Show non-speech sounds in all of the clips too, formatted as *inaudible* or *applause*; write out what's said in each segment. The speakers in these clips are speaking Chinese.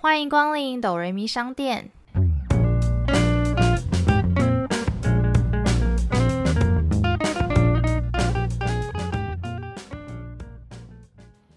欢迎光临哆瑞咪商店。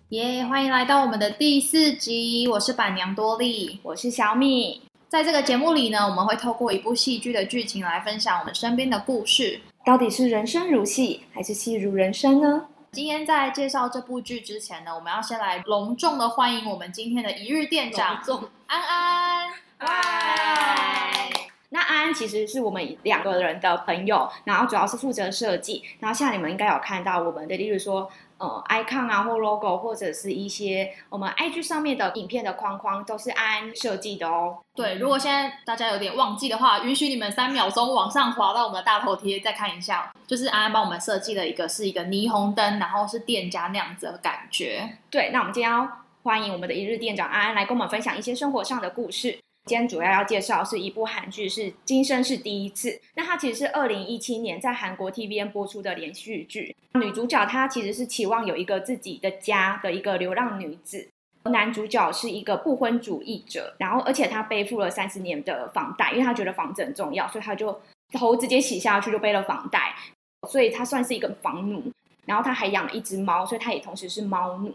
耶欢迎来到我们的第四集，我是板娘多莉。我是小米。在这个节目里呢，我们会透过一部戏剧的剧情来分享我们身边的故事。到底是人生如戏，还是戏如人生呢？今天在介绍这部剧之前呢，我们要先来隆重的欢迎我们今天的一日店长安安。嗨那安安其实是我们两个人的朋友，然后主要是负责设计。然后像你们应该有看到我们的，例如说呃 icon 啊或 logo，或者是一些我们 IG 上面的影片的框框，都是安安设计的哦。对，如果现在大家有点忘记的话，允许你们三秒钟往上滑到我们的大头贴，再看一下，就是安安帮我们设计的一个是一个霓虹灯，然后是店家那样子的感觉。对，那我们今天要欢迎我们的一日店长安安来跟我们分享一些生活上的故事。今天主要要介绍是一部韩剧，是《今生是第一次》。那它其实是二零一七年在韩国 TVN 播出的连续剧。女主角她其实是期望有一个自己的家的一个流浪女子，男主角是一个不婚主义者，然后而且他背负了三十年的房贷，因为他觉得房子很重要，所以他就头直接洗下去就背了房贷，所以他算是一个房奴。然后他还养了一只猫，所以他也同时是猫奴。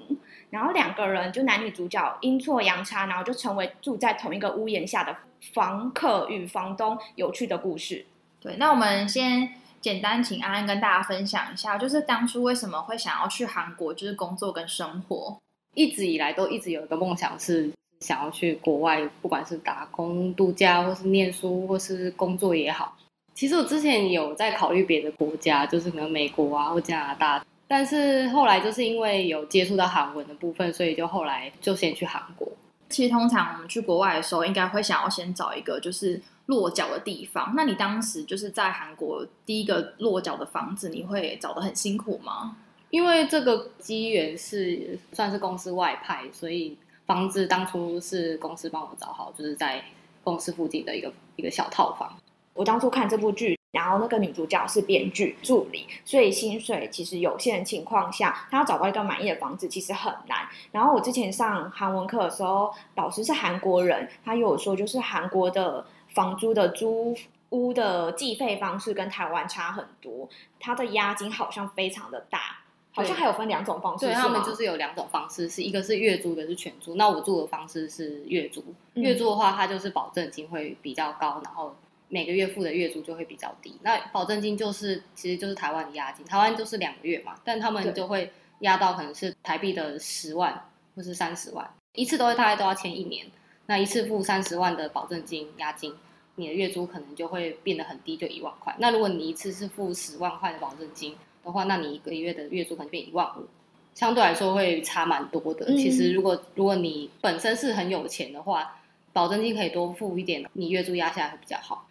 然后两个人就男女主角阴错阳差，然后就成为住在同一个屋檐下的房客与房东，有趣的故事。对，那我们先简单请安安跟大家分享一下，就是当初为什么会想要去韩国，就是工作跟生活。一直以来都一直有一个梦想是想要去国外，不管是打工度假，或是念书，或是工作也好。其实我之前有在考虑别的国家，就是可能美国啊或加拿大，但是后来就是因为有接触到韩文的部分，所以就后来就先去韩国。其实通常我们去国外的时候，应该会想要先找一个就是落脚的地方。那你当时就是在韩国第一个落脚的房子，你会找的很辛苦吗？因为这个机缘是算是公司外派，所以房子当初是公司帮我找好，就是在公司附近的一个一个小套房。我当初看这部剧，然后那个女主角是编剧助理，所以薪水其实有限的情况下，她要找到一个满意的房子其实很难。然后我之前上韩文课的时候，老师是韩国人，他有说就是韩国的房租的租屋的计费方式跟台湾差很多，它的押金好像非常的大，好像还有分两种方式，对是他们吗就是有两种方式，是一个是月租，一个是全租。那我住的方式是月租，嗯月租的话，它就是保证金会比较高，然后每个月付的月租就会比较低。那保证金就是其实就是台湾的押金，台湾就是两个月嘛，但他对们就会压到可能是台币的十万或是三十万，一次都会大概都要签一年，那一次付三十万的保证金押金。你的月租可能就会变得很低，就一万块。那如果你一次是付十万块的保证金的话，那你一个月的月租可能变一万五，相对来说会差蛮多的。嗯其实如果如果你本身是很有钱的话，保证金可以多付一点，你月租压下来会比较好。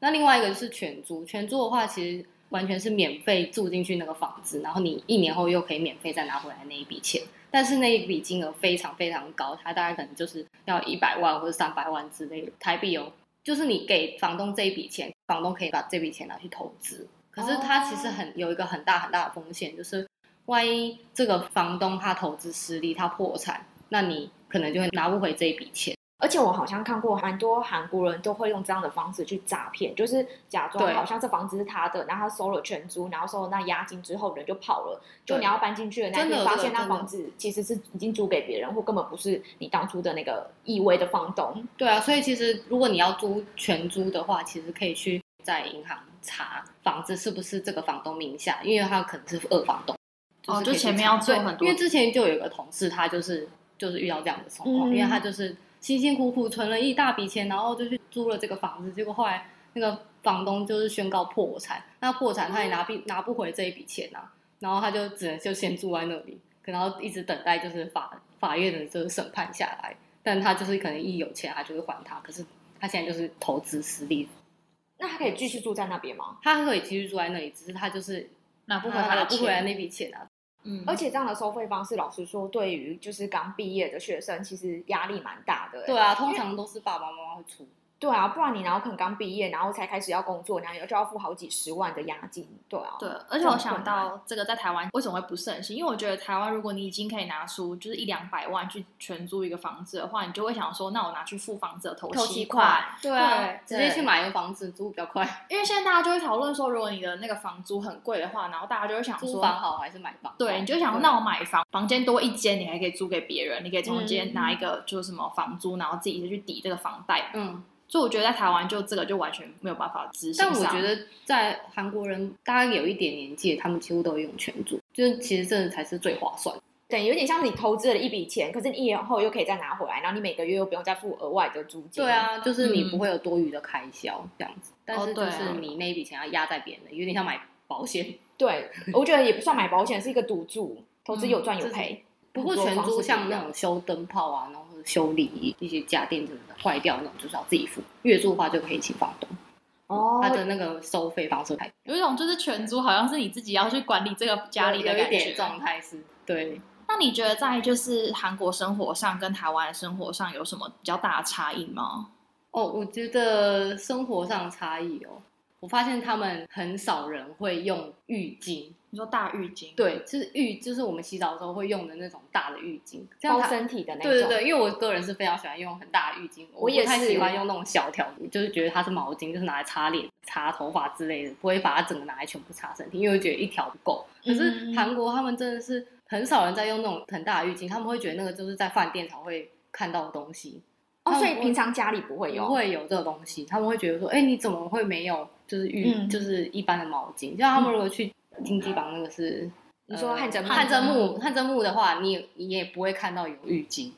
那另外一个就是全租，全租的话其实完全是免费住进去那个房子，然后你一年后又可以免费再拿回来那一笔钱，但是那一笔金额非常非常高，它大概可能就是要一百万或者三百万之类的台币哦。就是你给房东这一笔钱，房东可以把这笔钱拿去投资，可是它其哦实很有一个很大很大的风险，就是万一这个房东他投资失利，他破产，那你可能就会拿不回这一笔钱。而且我好像看过蛮多韩国人都会用这样的方式去诈骗，就是假装对好像这房子是他的，然后他收了全租，然后收了那押金之后人就跑了，就对你要搬进去的那一真的天有发这个现那真的房子其实是已经租给别人，或根本不是你当初的那个以为的房东。对啊，所以其实如果你要租全租的话，其实可以去在银行查房子是不是这个房东名下，因为他可能是二房东。哦是可就以前去面查要做对很多因为之前就有一个同事，他就是就是遇到这样的状况，嗯因为他就是辛辛苦苦存了一大笔钱，然后就去租了这个房子，结果后来那个房东就是宣告破产，那破产他也拿不、拿不回这一笔钱啊，然后他就只能就先住在那里，可然后一直等待就是法法院的就是审判下来，但他就是可能一有钱他就会还他，可是他现在就是投资失利，那他可以嗯继续住在那边吗？他可以继续住在那里，只是他就是拿不回他来的拿不回来钱，那笔钱啊，嗯，而且这样的收费方式，老实说，对于就是刚毕业的学生，其实压力蛮大的、欸。啊对啊，通常都是爸爸妈妈会出，对啊，不然你然后可能刚毕业，然后才开始要工作，然后就要付好几十万的押金，对啊，对，而且这我么想困难到这个在台湾为什么会不是很行，因为我觉得台湾如果你已经可以拿出就是一两百万去全租一个房子的话，你就会想说，那我拿去付房子的头头期期款，款，对啊直接对去买一个房子租比较快，因为现在大家就会讨论说，如果你的那个房租很贵的话，然后大家就会想租说，房好还是买房哦好？对，你就想说对那我买房，房间多一间，你还可以租给别人，你可以从中嗯间拿一个就是什么房租，然后自己去抵这个房贷。嗯，所以我觉得在台湾就这个就完全没有办法执行但上。我觉得在韩国人大概有一点年纪，他们几乎都会用全租，就是其实这才是最划算的。对，有点像是你投资了一笔钱，可是你一年后又可以再拿回来，然后你每个月又不用再付额外的租金。对，啊，就是你嗯不会有多余的开销这样子，但哦是就对啊是你那一笔钱要压在别人的，有点像买保险。对，我觉得也不算买保险，是一个赌注，投资有嗯赚有赔。不过很多全方式租不像一那样种修灯泡啊，然后或者修理一些家电什么的坏掉那种，就是要自己付。月租的话就可以请房东，哦他的那种收费方式还有一种就是全租，好像是你自己要去管理这个家里的有有一感点觉。状态是，对，那你觉得在就是韩国生活上跟台湾的生活上有什么比较大的差异吗？哦，我觉得生活上差异哦，我发现他们很少人会用浴巾，你说大浴巾，，对，就是浴，就是我们洗澡的时候会用的那种大的浴巾，这样包它身体的那种。对对对，因为我个人是非常喜欢用很大的浴巾，我也不太是喜欢用那种小条，就是觉得它是毛巾，就是拿来擦脸、擦头发之类的，不会把它整个拿来全部擦身体，因为我觉得一条不够。嗯可嗯是嗯韩国他们真的是很少人在用那种很大的浴巾，他们会觉得那个就是在饭店才会看到的东西，哦，所以嗯平常家里不会有。不会有这个东西，他们会觉得说，哎，你怎么会没有就是浴，嗯就是一般的毛巾？像他们如果去经济房那个是。你说呃汗蒸幕汗蒸幕，汗蒸幕的话，你也你也不会看到有浴巾，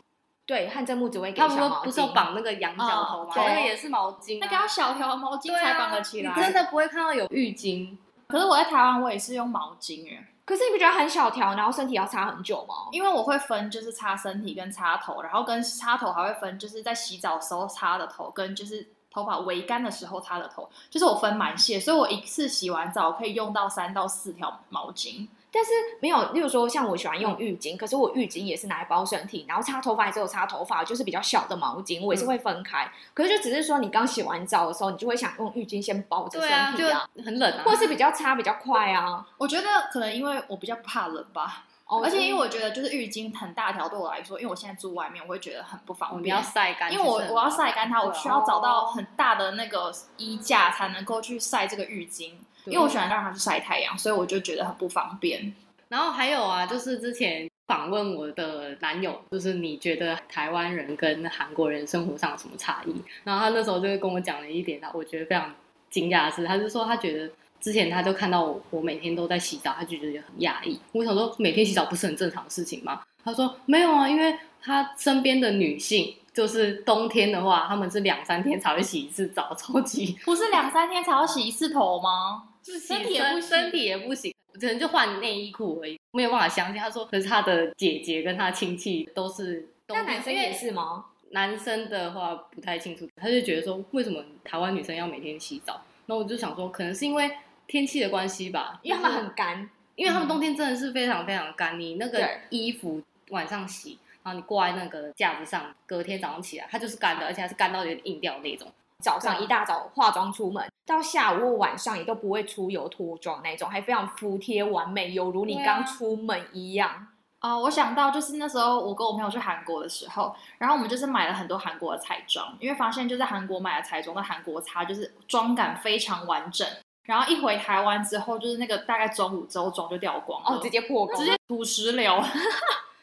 对，汗蒸木只会给他小们毛巾。说不是有绑那个羊角头吗哦？对那个也是毛巾、啊，那个要小条的毛巾对才啊绑得起来。你真的不会看到有浴巾，可是我在台湾我也是用毛巾耶，可是你不觉得很小条，然后身体要擦很久吗？因为我会分就是擦身体跟擦头，然后跟擦头还会分就是在洗澡的时候擦的头，跟就是头发微干的时候擦的头，就是我分蛮细的，所以我一次洗完澡可以用到三到四条毛巾。但是没有，例如说像我喜欢用浴巾，可是我浴巾也是拿来包身体，然后擦头发也只有擦头发，就是比较小的毛巾，我也嗯是会分开。可是就只是说你刚洗完澡的时候，你就会想用浴巾先包着身体啊，就很冷啊。或是比较擦比较快啊。我觉得可能因为我比较怕冷吧，哦而且因为我觉得就是浴巾很大条对我来说，因为我现在住外面，我会觉得很不我方们便哦要。晒干，因为我其实很我要晒干它，麻烦我需要找哦到很大的那个衣架才能够去晒这个浴巾，对因为我喜欢让它去晒太阳，所以我就觉得很不方便。然后还有啊，就是之前访问我的男友，就是你觉得台湾人跟韩国人生活上有什么差异？然后他那时候就跟我讲了一点，我觉得非常惊讶的是，他就说他觉得。之前他就看到我，我每天都在洗澡，他就觉得很压抑。我想说，每天洗澡不是很正常的事情吗？他说没有啊，因为他身边的女性，就是冬天的话，他们是两三天才会洗一次澡， *laughs* 超级不是两三天才要洗一次头吗？身身体体也也不不行身体也不行，只能就换内衣裤而已，没有办法相信。他说，可是他的姐姐跟他亲戚都是冬那天，男生因为也是吗？男生的话不太清楚，他就觉得说，为什么台湾女生要每天洗澡？那我就想说，可能是因为天气的关系吧，因为嗯他们就是很干，因为他们冬天真的是非常非常干，你那个嗯对衣服晚上洗，然后你挂在那个架子上，隔天早上起来它就是干的，而且还是干到有点硬掉那种。早啊上一大早化妆出门，到下午或晚上也都不会出油脱妆那种，还非常服帖完美，犹如对你啊刚出门一样。哦、我想到就是那时候我跟我朋友去韩国的时候，然后我们就是买了很多韩国的彩妆，因为发现就在韩国买的彩妆在韩国擦就是妆感非常完整，然后一回台湾之后，就是那个大概中午之后妆就掉光了，哦，直接破功直。接土石流。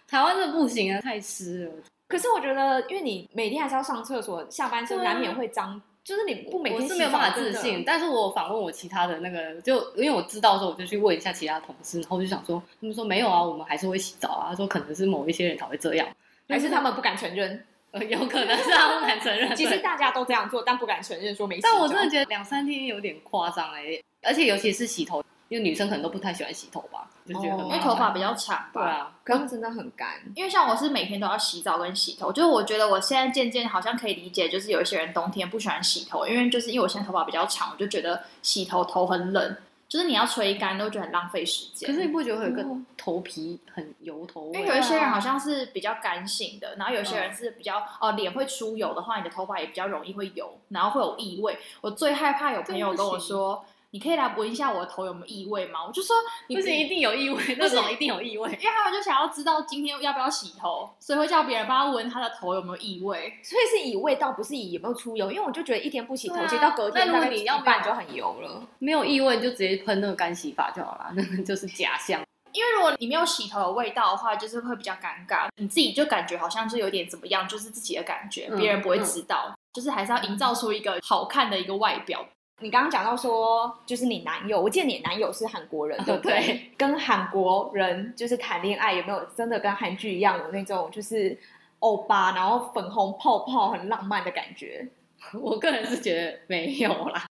台湾真的不行啊，太湿了。可是我觉得，因为你每天还是要上厕所，下半身对啊难免会脏，就是你不每我天是洗没有办法澡自真的信，。但是我访问我其他的那个，就因为我知道的时候，我就去问一下其他同事，然后我就想说，他们说没有啊，我们还是会洗澡啊，他说可能是某一些人才会这样，还是他们不敢承认，。呃有可能是他们不敢承认其实对大家都这样做，但不敢承认说没洗澡。 *laughs* 但我真的觉得两三天有点夸张哎，而且尤其是洗头，因为女生可能都不太喜欢洗头吧，就觉得很哦因麻为烦头发比较长吧，对啊，可是真的很干，因为像我是每天都要洗澡跟洗头，就是我觉得我现在渐渐好像可以理解，就是有一些人冬天不喜欢洗头，因为就是因为我现在头发比较长，我就觉得洗头头很冷，就是你要吹干，都觉得很浪费时间。可是你不觉得会有一个哦头皮很油头因为味有一吗？些人好像是比较干性的，然后有些嗯人是比较哦脸会出油的话，你的头发也比较容易会油，然后会有异味。我最害怕有朋友跟我说，你可以来闻一下我的头有没有异味吗？我就说你不是一定有异味，那是种一定有异味。因为他们就想要知道今天要不要洗头，所以会叫别人帮他闻他的头有没有异味。所以是以味道，不是以有没有出油，因为我就觉得一天不洗头，对啊其实到隔天那如果大概你要一半没有就很油了。没有异味你就直接喷那个干洗法就好了，那个就是假香。因为如果你没有洗头的味道的话，就是会比较尴尬，你自己就感觉好像是有点怎么样，就是自己的感觉，嗯别人不会知道。就是还是要营造出一个好看的一个外表，你刚刚讲到说，就是你男友，我记得你男友是韩国人，对不对？对跟韩国人就是谈恋爱，有没有真的跟韩剧一样有那种就是欧巴，然后粉红泡泡很浪漫的感觉？我个人是觉得没有啦，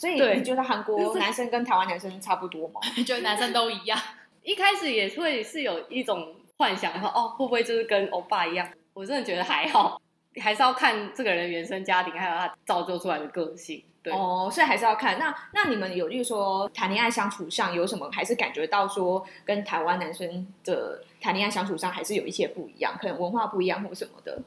所以对你觉得韩就国是男生跟台湾男生差不多吗？觉得男生都一样。一开始也会是有一种幻想说，哦，会不会就是跟欧巴一样？我真的觉得还好，还是要看这个人原生家庭，还有他造就出来的个性。对，哦，所以还是要看。那那你们有就是说谈恋爱相处上有什么，还是感觉到说跟台湾男生的谈恋爱相处上还是有一些不一样，可能文化不一样或什么的。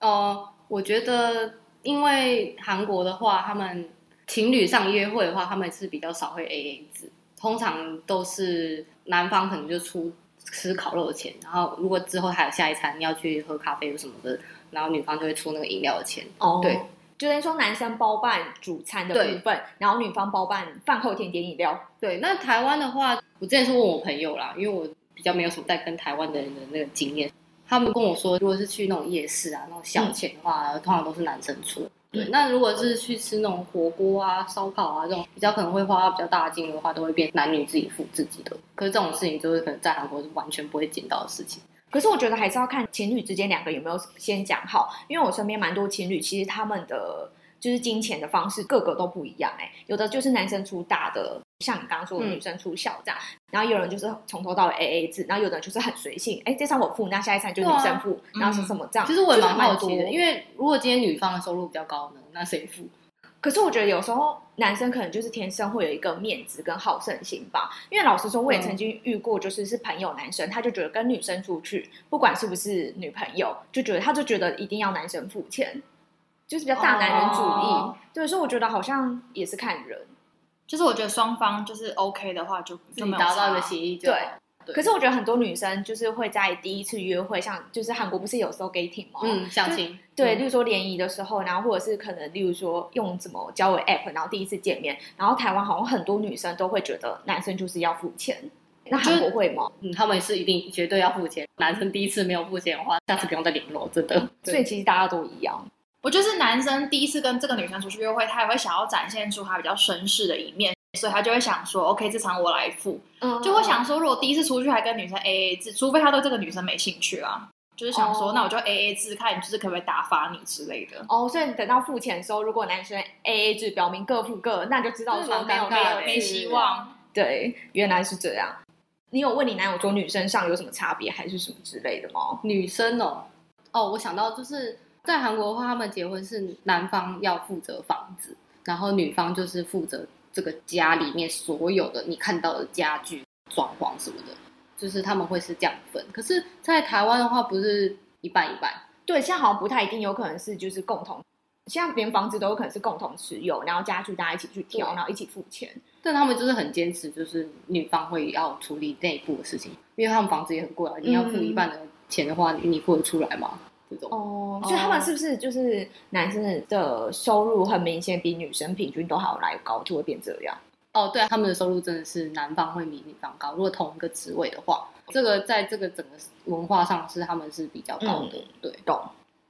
呃，我觉得因为韩国的话，他们情侣上约会的话，他们是比较少会 A A 制，通常都是男方可能就出吃烤肉的钱，然后如果之后还有下一餐你要去喝咖啡或什么的，然后女方就会出那个饮料的钱。哦对，就等于说男生包办主餐的部分，然后女方包办饭后甜点饮料。对，那台湾的话，我之前是问我朋友啦，因为我比较没有什么在跟台湾的人的那个经验，他们跟我说，如果是去那种夜市啊，那种小嗯钱的话，通常都是男生出。对，那如果是去吃那种火锅啊、烧烤啊这种比较可能会花比较大的金额的话，都会变男女自己付自己的。可是这种事情就是可能在韩国是完全不会见到的事情。可是我觉得还是要看情侣之间两个有没有先讲好，因为我身边蛮多情侣，其实他们的就是金钱的方式各个都不一样、哎，有的就是男生出大的，像你刚刚说的嗯女生出小这样，然后有人就是从头到尾 A A 制，然后有的人就是很随性，哎、这餐我付，那下一餐就女生付，对啊然后是什么这样。嗯其实我也就是蛮好奇的，多因为如果今天女方的收入比较高呢，那谁付？可是我觉得有时候男生可能就是天生会有一个面子跟好胜心吧，因为老实说，我也嗯曾经遇过，就是是朋友男生，他就觉得跟女生出去，不管是不是女朋友，就觉得他就觉得一定要男生付钱，就是比较大男人主义。哦对，所以我觉得好像也是看人。就是我觉得双方就是 OK 的话就，自就己没有达到一个差协议就好对对可是我觉得很多女生就是会在第一次约会，像就是韩国不是有时候 gay 挺吗？嗯，相亲对，嗯例如说联谊的时候，然后或者是可能例如说用什么交友 app，然后第一次见面，然后台湾好像很多女生都会觉得男生就是要付钱，那就是韩国会吗？嗯，他们是一定绝对要付钱。男生第一次没有付钱的话，下次不用再联络，真的。所以其实大家都一样。我就是男生第一次跟这个女生出去约会，他也会想要展现出他比较绅士的一面，所以他就会想说，OK，这场我来付。嗯就会想说，如果第一次出去还跟女生 AA 制，除非他对这个女生没兴趣啊，就是想说，哦那我就 AA 制，看你就是可不可以打发你之类的。哦，所以等到付钱的时候，如果男生 A A 制表明各付各，那就知道这说蛮没有尴没尬有的没是希望，对，原来是这样。你有问你男友说女生上有什么差别还是什么之类的吗？女生哦，哦，我想到就是在韩国的话，他们结婚是男方要负责房子，然后女方就是负责这个家里面所有的你看到的家具、装潢什么的，就是他们会是这样分。可是，在台湾的话，不是一半一半，对，现在好像不太一定，有可能是就是共同，现在连房子都有可能是共同持有，然后家具大家一起去挑，对然后一起付钱。但他们就是很坚持，就是女方会要处理内部的事情，因为他们房子也很贵啊，你要付一半的钱的话，你你付得出来吗？这种。哦，所以他们是不是就是男生的收入很明显比女生平均都还要来高，就会变这样？哦，对，他们的收入真的是男方会比女方高。如果同一个职位的话，这个在这个整个文化上是他们是比较高的。对，懂？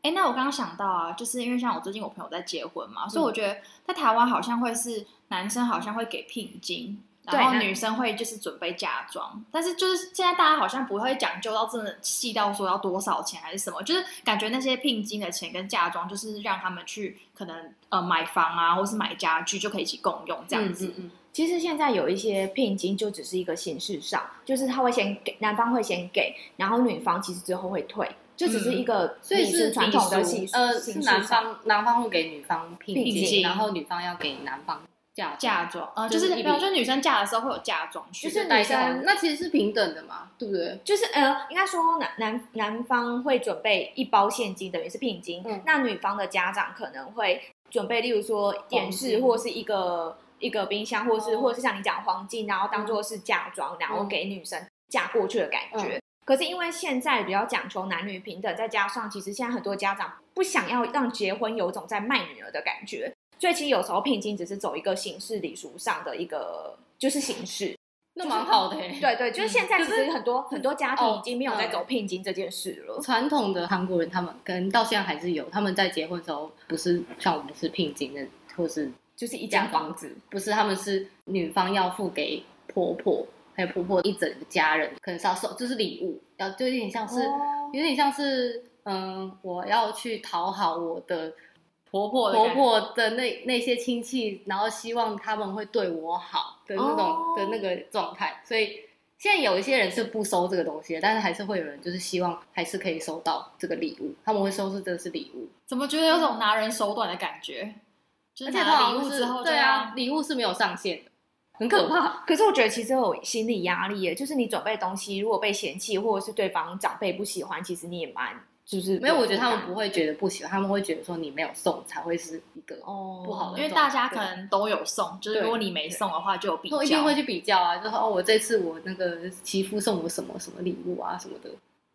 哎、那我刚刚想到啊，就是因为像我最近我朋友在结婚嘛，所以我觉得在台湾好像会是男生好像会给聘金，对然后那女生会就是准备嫁妆，但是就是现在大家好像不会讲究到真的细到说要多少钱还是什么，就是感觉那些聘金的钱跟嫁妆就是让他们去可能呃买房啊，或是买家具就可以一起共用这样子。嗯嗯其实现在有一些聘金就只是一个形式上，就是他会先给男方会先给，然后女方其实之后会退，就只是一个嗯所以礼是俗传统的礼习俗呃，形是式男上方男方会给女方聘聘金，金然后女方要给男方嫁嫁妆，呃，就就是是没一有，笔就是女生嫁的时候会有嫁妆去，就是带女女妆生生那其实是平等的嘛，对不对？就是呃，应该说男男男方会准备一包现金，等于是聘金。嗯那女方的家长可能会准备，例如说电视金或是一个一个冰箱，或是、哦或者是像你讲黄金，然后嗯当做是嫁妆，然后给女生嫁过去的感觉。可是因为现在比较讲求男女平等，再加上其实现在很多家长不想要让结婚有种在卖女儿的感觉，所以其实有时候聘金只是走一个形式礼俗上的一个就是形式。那蛮好的、欸。对对，就是现在可其是实很多很多家庭哦已经没有在嗯走聘金这件事了。传统的韩国人，他们跟到现在还是有，他们在结婚的时候不是像我们是聘金的，或是就是一间间房房子，不是他们是女方要付给婆婆，还有婆婆一整个家人，可能是要送，就是礼物，要就有点像是、哦有点像是嗯，我要去讨好我的婆婆的婆感觉婆的那那些亲戚，然后希望他们会对我好的那种、哦的那个状态，所以。现在有一些人是不收这个东西的，但是还是会有人就是希望还是可以收到这个礼物，他们会收是这是礼物，怎么觉得有种拿人手短的感觉？就而是且拿通礼常物是之后，对啊，，礼物是没有上限的，很可怕。可是我觉得其实有心理压力耶，就是你准备东西如果被嫌弃，或者是对方长辈不喜欢，其实你也蛮就是没有，我觉得他们负担不会觉得不喜欢，他们会觉得说你没有送才会是一个，哦不好的因为大家可能都有送，就是对如果你没送的话，就有比我较。一定会去比较啊，就说哦，我这次我那个媳妇送我什么什么礼物啊什么的，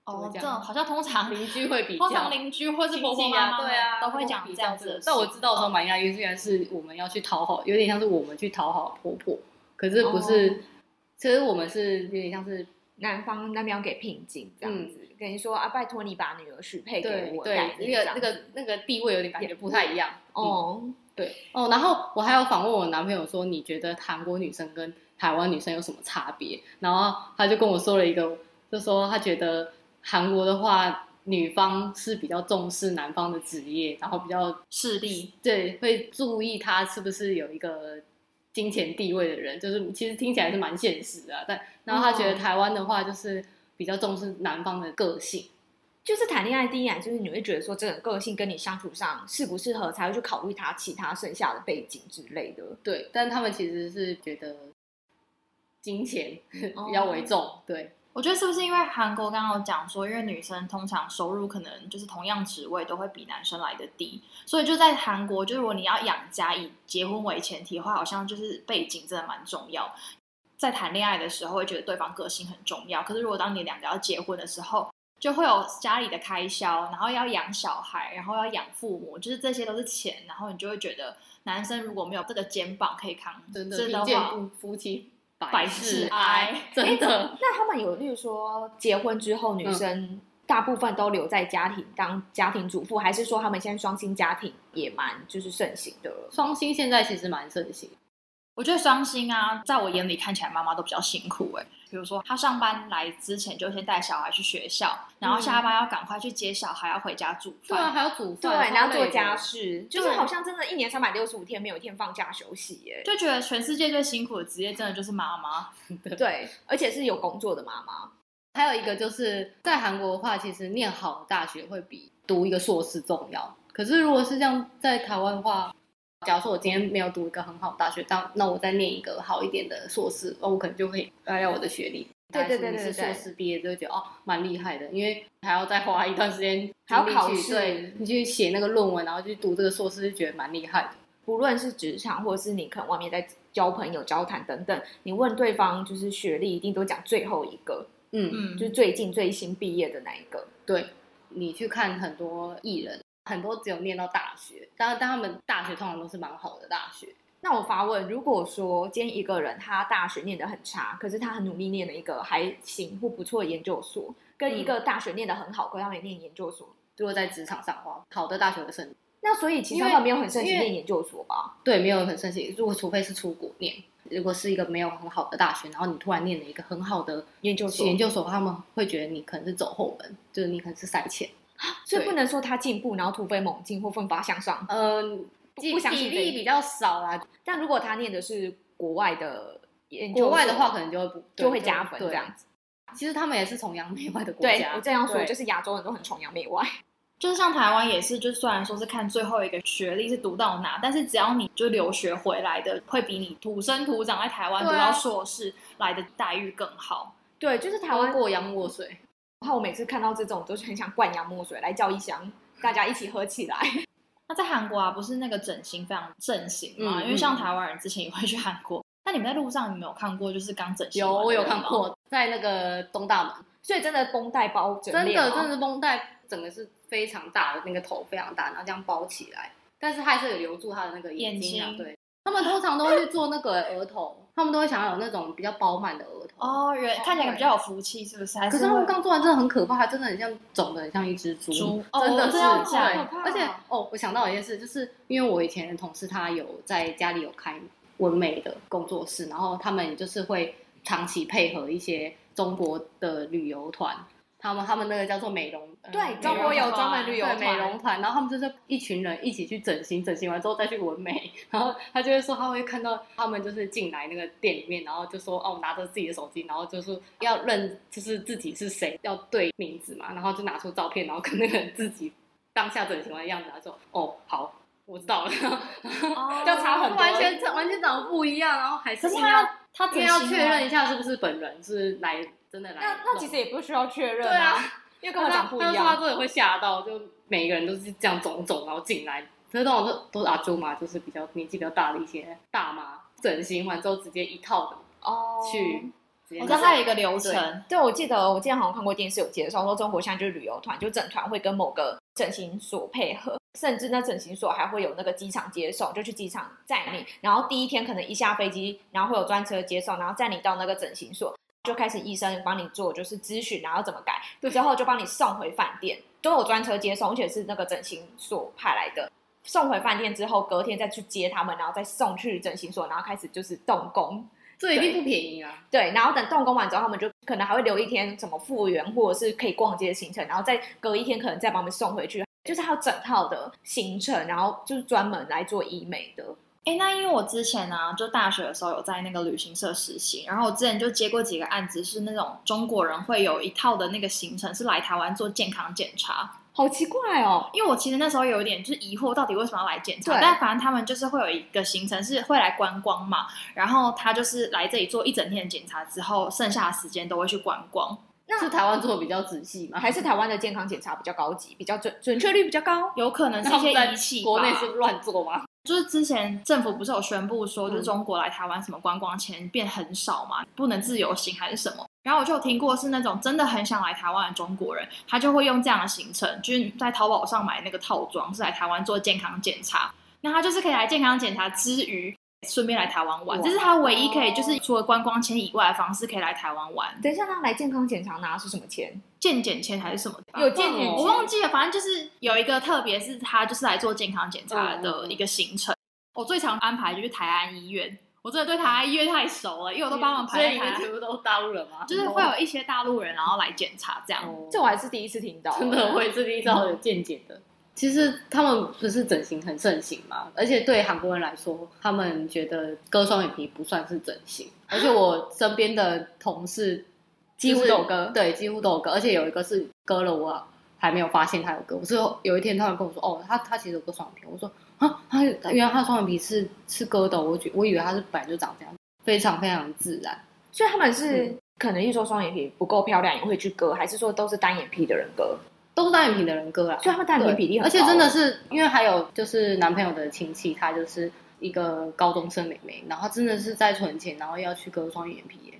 哦，这这样种好像通常啊邻居会比较通。常邻居或是婆婆亲戚妈妈啊，对啊，都会他讲们比这较样子这的个事。但我知道的时候蛮讶异，虽然是我们要去讨好，有点像是我们去讨好婆婆，可是不哦是，其实我们是有点像是男方那边要给聘金这样子，跟你说啊，拜托你把女儿许配给嗯对我，对概，那念这个样那子个那个地位有点感觉不太一样。嗯哦，对哦，然后我还有访问我男朋友说，你觉得韩国女生跟台湾女生有什么差别？然后他就跟我说了一个，就说他觉得韩国的话，女方是比较重视男方的职业，然后比较势力，对会注意他是不是有一个金钱地位的人，就是其实听起来是蛮现实的啊、但然后他觉得哦台湾的话，就是比较重视男方的个性。就是谈恋爱第一眼就是你会觉得说这个人个性跟你相处上适不适合，才会去考虑他其他剩下的背景之类的。对，但他们其实是觉得金钱 *laughs* 哦比较为重，对，我觉得是不是因为韩国刚刚有讲说，因为女生通常收入可能就是同样职位都会比男生来的低，所以就在韩国，就如果你要养家以结婚为前提的话，好像就是背景真的蛮重要。在谈恋爱的时候会觉得对方个性很重要，可是如果当你两个要结婚的时候，就会有家里的开销，然后要养小孩，然后要养父母，就是这些都是钱，然后你就会觉得男生如果没有这个肩膀可以扛，真的这贫的贱话，夫夫妻百事事哀，真的。那他们有，例如说结婚之后，女嗯生大部分都留在家庭当家庭主妇，还是说他们现在双薪家庭也蛮就是盛行的了？双薪现在其实蛮盛行，我觉得双薪啊，在我眼里看起来妈妈都比较辛苦哎、比如说，她上班来之前就先带小孩去学校，然后下班要赶快去接小孩，要回家煮嗯对啊，饭。还要煮对，饭，超然后做累的哦家，事，就是对好像真的一年三百六十五天没有一天放假休息耶。就觉得全世界最辛苦的职业，真的就是妈妈。对，而且是有工作的妈妈。还有一个就是在韩国的话，其实念好的大学会比读一个硕士重要。可是如果是这样，在台湾的话，假如说我今天没有读一个很好的大学，但那我再念一个好一点的硕士，哦，我可能就会拉掉我的学历。对对对但是对对你是硕士毕业就会觉得哦，蛮厉害的，因为还要再花一段时间还要精力考去试对你去写那个论文，然后去读这个硕士，就觉得蛮厉害的。不论是职场，或是你可能外面在交朋友、交谈等等，你问对方就是学历，一定都讲最后一个，嗯嗯，就是最近最新毕业的那一个。对，你去看很多艺人，很多只有念到大学，当然，但他们大学通常都是蛮好的大学。那我发问，如果说今天一个人他大学念得很差，可是他很努力念了一个还行或不错的研究所，跟嗯一个大学念得很好，可是他没念研究所，如果在职场上的话，好的大学会盛，那所以其实因他为们没有很盛行因为念研究所吧？对，没有很盛行。如果除非是出国念，如果是一个没有很好的大学，然后你突然念了一个很好的研究所研究所，他们会觉得你可能是走后门，就是你可能是塞钱。所以不能说他进步，然后突飞猛进或奋发向上。嗯、不比不相信比这一例点比较少啦。但如果他念的是国外的研究所，国外的话，可能就会不就会加分对这样子。其实他们也是崇洋媚外的国对家，我这样说，对 *laughs* 就是亚洲人都很崇洋媚外。就是像台湾也是，就虽然说是看最后一个学历是读到哪，但是只要你就留学回来的，会比你土生土长在台湾读对啊到硕士来的待遇更好。对，就是台台湾湾。过洋过水，然后我每次看到这种，都是很想灌洋墨水来叫一箱，大家一起喝起来。那在韩国啊，不是那个整形非常盛行嘛？嗯因为像台湾人之前也会去韩国。那你们在路上有没有看过就是刚整形有完的我有人看吗，过，在那个东大门，所以真的绷带包整真脸的吗真的绷带整个是非常大的，那个头非常大，然后这样包起来，但是还是有留住他的那个眼睛啊眼。睛对，他们通常都会去做那个额头，他们都会想要有那种比较饱满的额头。哦，人看起来比较有福气，是不是？还是可是他们会刚做完真的很可怕，它真的很像肿的，很像一只猪，猪哦真的我是知道对这样好可怕哦而且哦，我想到一件事，就是因为我以前的同事他有在家里有开纹眉的工作室，然后他们就是会长期配合一些中国的旅游团，他们他们那个叫做美容，呃对中美容国有团专门旅游对团美容团，然后他们就是一群人一起去整形，整形完之后再去纹眉，然后他就会说他会看到他们就是进来那个店里面，然后就说哦拿着自己的手机，然后就是要认就是自己是谁，要对名字嘛，然后就拿出照片，然后跟那个人自己当下整形完的样子，他说哦好我知道了， *laughs* 哦就差很多完全完全长得不一样，然后还是可是因他为要要他因整为形要完确认一下是不是本人是来真的来那那其实也不需要确认、对啊，因为根本长不一他说他样。真的会吓到，就每个人都是这样种种，然后进来。可是那种都都是阿朱嘛，就是比较年纪比较大的一些大妈，整形完之后直接一套的哦去。直接我知道它有一个流程，对，我记得我之前好像看过电视有介绍说，中国现在就是旅游团，就整团会跟某个整形所配合，甚至那整形所还会有那个机场接送，就去机场载你，然后第一天可能一下飞机，然后会有专车接送，然后载你到那个整形所，就开始医生帮你做就是咨询，然后怎么改，之后就帮你送回饭店，都有专车接送，而且是那个整形所派来的。送回饭店之后，隔天再去接他们，然后再送去整形所，然后开始就是动工，这一定不便宜啊！对，然后等动工完之后，他们就可能还会留一天什么复原或者是可以逛街的行程，然后再隔一天可能再把我们送回去，就是还有整套的行程，然后就是专门来做医美的。哎、那因为我之前呢、啊就大学的时候有在那个旅行社实习，然后我之前就接过几个案子，是那种中国人会有一套的那个行程，是来台湾做健康检查。好奇怪哦，因为我其实那时候有一点就是疑惑，到底为什么要来检查对？但反正他们就是会有一个行程是会来观光嘛，然后他就是来这里做一整天的检查之后，剩下的时间都会去观光。那是台湾做的比较仔细嘛，还是台湾的健康检查比较高级，比较准准确率比较高。有可能是一那我们些仪在器吧，国内是乱做吗？就是之前政府不是有宣布说，嗯就是中国来台湾什么观光钱变很少嘛，不能自由行还是什么？然后我就有听过是那种真的很想来台湾的中国人，他就会用这样的行程，就是在淘宝上买那个套装，是来台湾做健康检查。那他就是可以来健康检查之余，顺便来台湾玩，哇这是他唯一可以就是除了观光签以外的方式，可以来台湾玩。等一下，他来健康检查拿的是什么钱？健检签还是什么的吧？有健检哦我忘记了，反正就是有一个，特别是他就是来做健康检查嗯的一个行程。我最常安排就是台安医院，我真的对台安医院太熟了，因为我都帮忙所以排在里台面安，全部都是大陆人吗？就是会有一些大陆人然后来检查这样。哦这我还是第一次听到。欸真的，我也是第一次有见解的。其实他们不是整形很盛行嘛，而且对韩国人来说，他们觉得割双眼皮不算是整形。而且我身边的同事几乎就是都有割对，几乎都有割，而且有一个是割了我还没有发现他有割。我是有一天他然跟我说，哦，他他其实有割双眼皮，我说啊，他原来他双眼皮是是割的，哦我觉我以为他是本来就长这样，非常非常自然。所以他们是、嗯可能一说双眼皮不够漂亮也会去割，还是说都是单眼皮的人割？都是单眼皮的人割啊，所以他们单眼皮比例很高，啊而且真的是因为还有就是男朋友的亲戚，她就是一个高中生妹妹，然后真的是在存钱，然后要去割双眼皮耶。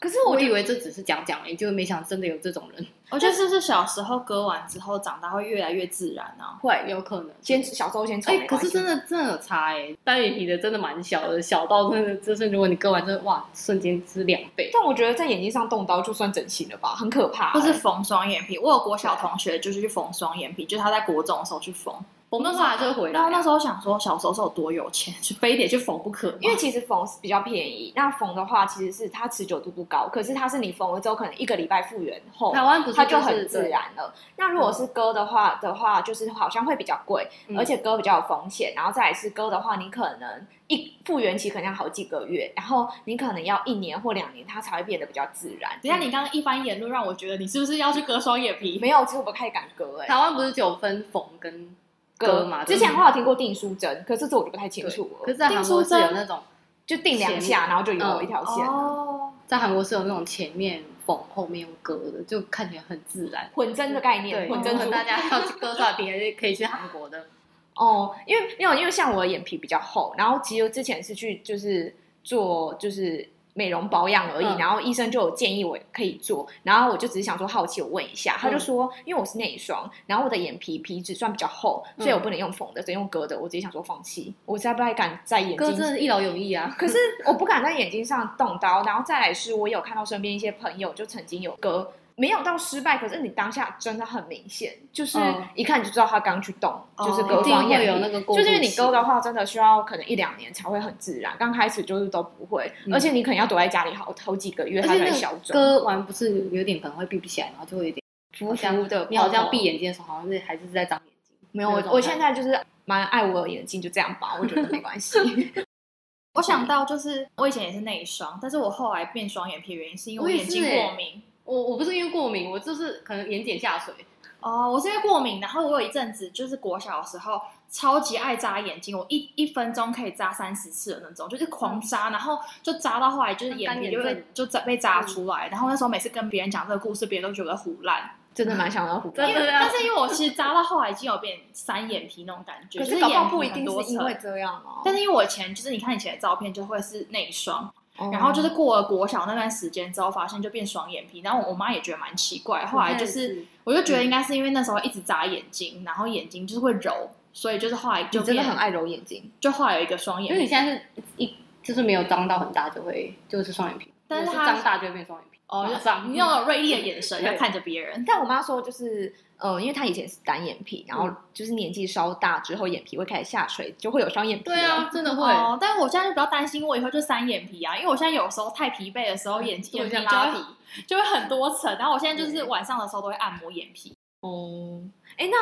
可是我我以为这只是讲讲而已，就没想真的有这种人，我觉得是不是小时候割完之后，长大会越来越自然啊？会有可能。先小时候先丑哎、没可关系，是真的真的有差哎、单眼皮的真的蛮小的，小到真的就是如果你割完之后，哇，瞬间是两倍。但我觉得在眼睛上动刀就算整形了吧，很可怕、欸或是缝双眼皮，我有国小同学就是去缝双眼皮，就是他在国中的时候去缝，缝的话就会回来。然后那时候想说，小时候是有多有钱，就非得去缝不可吗，因为其实缝是比较便宜，那缝的话其实是它持久度不高，可是它是你缝了之后，可能一个礼拜复原后，台湾不是它就就是很自然了。那如果是割的话的话，就是好像会比较贵，嗯而且割比较有风险。然后再来是割的话，你可能一复原期可能要好几个月，然后你可能要一年或两年，它才会变得比较自然。等一下，你刚刚一番言论让我觉得你是不是要去割双眼皮？没有，其实我不太敢割哎、台湾不是只有分缝跟割嘛？之前我有听过订书针，可是这我就不太清对楚了。可是在韩国是有那种，就定两下，然后就嗯有一条线，哦，在韩国是有那种前面缝后面用割的，就看起来很自然。混针的概对，念，如混针果珠。大家要去割双眼皮，还是可以去韩国的。哦，因为没有，因为像我的眼皮比较厚，然后其实之前是去就是做就是美容保养而已，嗯然后医生就有建议我可以做，然后我就只是想说好奇，我问一下，他就嗯说因为我是内双，然后我的眼皮皮脂算比较厚，所嗯以我不能用缝的，只能用割的，我直接想说放弃，我实在不太敢在眼割睛真的是一劳永逸啊！可是我不敢在眼睛上动刀，然后再来是我有看到身边一些朋友就曾经有割，没有到失败，可是你当下真的很明显，就是嗯一看你就知道他刚去动，哦就是一割定双眼会皮。有那个过渡就期，是你割的话，真的需要可能一两年才会很自然，刚开始就是都不会，嗯而且你可能要躲在家里好好几个月，而它且才那消个肿。割完不是有点可能会闭不起来，然后就会有点浮像浮的，你好像闭眼睛的时候，好像是还是在长眼睛。没有我那，种我感现在就是蛮爱我的眼睛，就这样吧，我觉得没关系。 *laughs* 我想到就是我以前也是内双，但是我后来变双眼皮的原因是因为我也眼睛是欸过敏。我我不是因为过敏，我就是可能眼睑下垂，哦，我是因为过敏，然后我有一阵子就是国小的时候超级爱扎眼睛，我一一分钟可以扎三十次的那种，就是嗯狂扎，然后就扎到后来就是眼皮就干被眼症就扎被嗯扎出来，然后那时候每次跟别人讲这个故事，别人都觉得胡乱，真的蛮想要胡。真的但啊。是因为我其实扎到后来已经有变三眼皮那种感觉，可就是是搞不眼好皮不一很定多是因层为这样哦。但是因为我以前就是你看以前的照片就会是内双，哦然后就是过了国小那段时间之后，发现就变双眼皮，然后我我妈也觉得蛮奇怪，后来就我现在是也是嗯我就觉得应该是因为那时候一直眨眼睛，然后眼睛就是会揉，所以就是后来就你真的变很，爱揉眼睛。就后来有一个双因眼为你皮，现在是一就是没有张到很大就会就是双眼皮，但是我它张大就会变双眼皮。哦，马就上你那种锐利的眼神对要看着别人，但我妈说就是，呃，因为她以前是单眼皮，然后嗯就是年纪稍大之后，眼皮会开始下垂，就会有双眼皮。对啊，，真的会。哦，但我现在就比较担心我以后就三眼皮啊，因为我现在有时候太疲惫的时候，眼睛做眼一皮下就拉会就会很多层，然后我现在就是晚上的时候都会按摩眼皮，哦、哎，那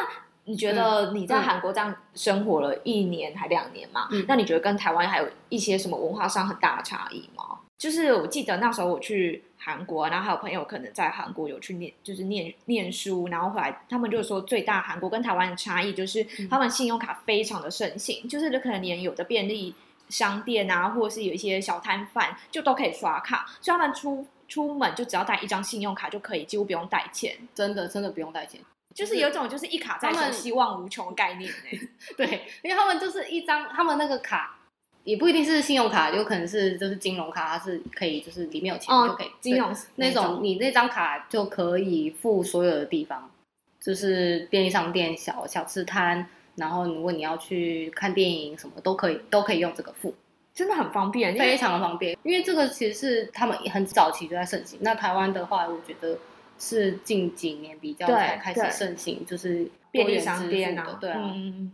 你觉得你在嗯韩国这样生活了一年还两年嘛？嗯那你觉得跟台湾还有一些什么文化上很大的差异吗？就是我记得那时候我去韩国，啊然后还有朋友可能在韩国有去念，就是念念书，然后后来他们就说最大韩国跟台湾的差异就是嗯他们信用卡非常的盛行，就是就可能连有的便利商店啊，或者是有一些小摊贩就都可以刷卡，所以他们出出门就只要带一张信用卡就可以，几乎不用带钱。真的真的不用带钱。就是有一种就是一卡在他手，们希望无穷的概 *laughs* 念欸呢、对，因为他们就是一张，他们那个卡也不一定是信用卡，有可能是就是金融卡，它是可以就是里面有钱就可以、金融对那种，你那张卡就可以付所有的地方，就是便利商店、小小吃摊，然后如果你要去看电影什么都可以，都可以用这个付，真的很方便，因非为常的方便。因为这个其实是他们很早期就在盛行，那台湾的话，我觉得。是近几年比较对才开始对盛行，就是便多利元商支店付的啊，对啊，嗯，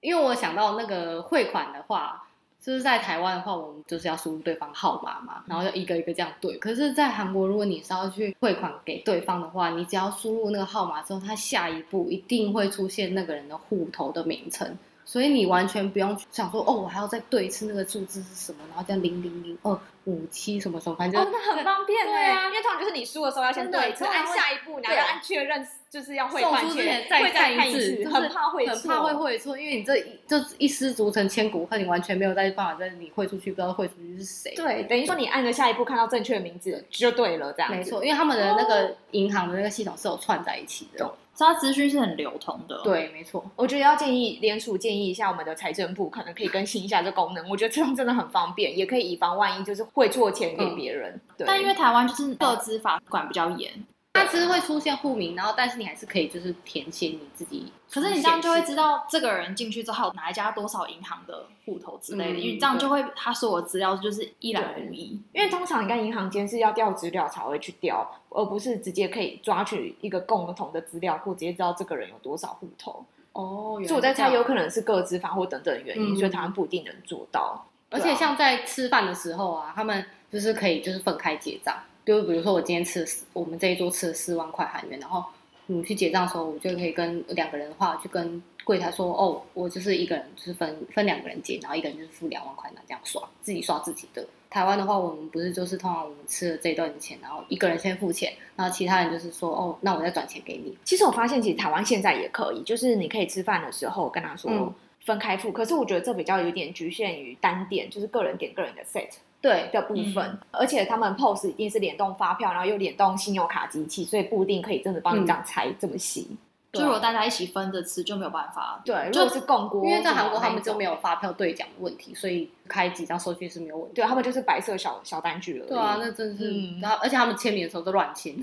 因为我想到那个汇款的话，就是在台湾的话，我们就是要输入对方号码嘛，然后就一个一个这样对。可是，在韩国，如果你是要去汇款给对方的话，你只要输入那个号码之后，它下一步一定会出现那个人的户头的名称，所以你完全不用想说哦，我还要再对一次那个数字是什么，然后这样零零零二五七什么什么，反正哦，那很方便呢、对啊因为通常就是你输的时候要先真的对一次，通常按会下一步，然后对要按确认，就是要汇送款出之前前再会再看看一一次就是很怕会很怕会错汇错，因为你这一这一失足成千古恨，你完全没有在办法在你汇出去，不知道汇出去是谁。对，等于说你按了下一步看到正确的名字就对了，这样子没，错，因为他们的那个银行的那个系统是有串在一起的。所以它资讯是很流通的。，对，没错。我觉得要建议联署建议一下我们的财政部，可能可以更新一下这功能。我觉得这样真的很方便，也可以以防万一，就是汇错钱嗯给别人。对，但因为台湾就是各资法管比较严，它只是会出现户名，然后但是你还是可以就是填写你自己出可现是的。你这样就会知道这个人进去之后有哪一家多少银行的户头之类的，嗯因为你这样就会他所有资料就是一览对无遗。因为通常你看银行间是要调资料才会去调，而不是直接可以抓取一个共同的资料库，直接知道这个人有多少户头。哦，原来所以我在是这样猜，有可能是各自房或等等的原因，嗯所以台湾不一定能做到。而对且啊像在吃饭的时候啊，他们就是可以就是分开结账，就是比如说我今天吃了四我们这一桌吃了四万块韩元，然后你去结账的时候，我就可以跟两个人的话，去跟柜台说，哦，我就是一个人就是分分两个人结，然后一个人就是付两万块，那这样刷自己刷自己的。台湾的话，我们不是就是通常我们吃了这一顿钱，然后一个人先付钱，然后其他人就是说，哦，那我再转钱给你。其实我发现，其实台湾现在也可以，就是你可以吃饭的时候跟他说嗯分开付，可是我觉得这比较有点局限于单点，就是个人点个人的 set 对，的部分，嗯而且他们 POS 一定是联动发票，然后又联动信用卡机器，所以不一定可以真的帮你嗯这样拆这么细。就如果大家一起分着吃就没有办法。对，如就果是共锅，因为在韩国他们就没有，有发票兑奖的问题，所以开几张收据是没有问题的。对他们就是白色小小单据而已。对啊，那真是，嗯然后而且他们签名的时候都乱签，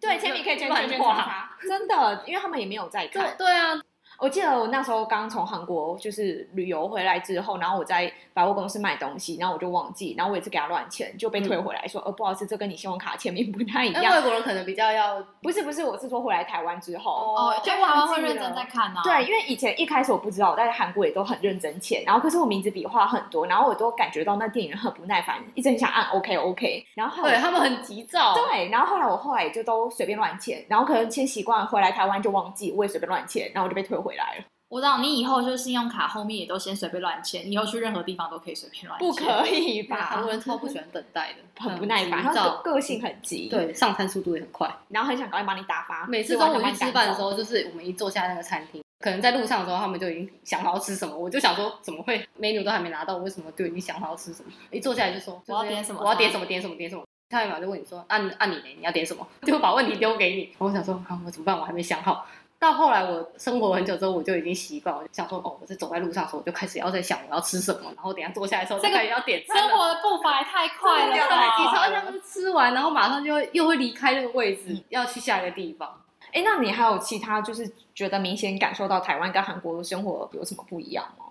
对签名可以签乱圈圈画 *laughs* 叉叉，真的，因为他们也没有在看。对啊，我记得我那时候刚从韩国就是旅游回来之后，然后我在百货公司买东西，然后我就忘记，然后我也是给他乱签，就被退嗯回来说，呃，不好意思，这跟你信用卡签名不太一那外样。 *laughs* 国人可能比较要不是不是，我是说回来台湾之后。哦，就台湾会认真在在。看啊。对，，因为以前一开始我不知道，我在韩国也都很认真签，然后可是我名字笔画很多，然后我都感觉到那店员很不耐烦，一直很想按 OK OK，然后后对来他们很急躁，对，然后后来我后来就都随便乱签，然后可能签习惯了回来台湾就忘记，我也随便乱签，然后我就被退回来了。我知道你以后就是信用卡后面也都先随便乱签，以后去任何地方都可以随便乱签。不可以对韩吧国？人超不喜欢等待的，很不耐烦，急他个躁，个性很急，，对，上餐速度也很快。然后很想赶快把你打发。每次吃完中午就把去你吃赶饭的走时，候，就是我们一坐下那个餐厅，可能在路上的时候，他们就已经想好要吃什么，我就想说怎么会 menu 都还没拿到，为什么就已经想好要吃什么？一坐下来就说我要点什么我要点什么，点什么，点什么。他一秒就问你说，按按你嘞，你要点什么？ *laughs* 就把问题丢给你。我想说，啊，我怎么办？我还没想好。到后来我生活很久之后，我就已经习惯，我就想说，哦，我是走在路上的时候，我就开始要在想我要吃什么，然后等一下坐下来的时候，这个就开始要点餐了生活的步伐也太快了掉吧，太急躁，而且他们吃完，然后马上就会又会离开那个位置，嗯要去下一个地方。哎，那你还有其他就是觉得明显感受到台湾跟韩国的生活有什么不一样吗？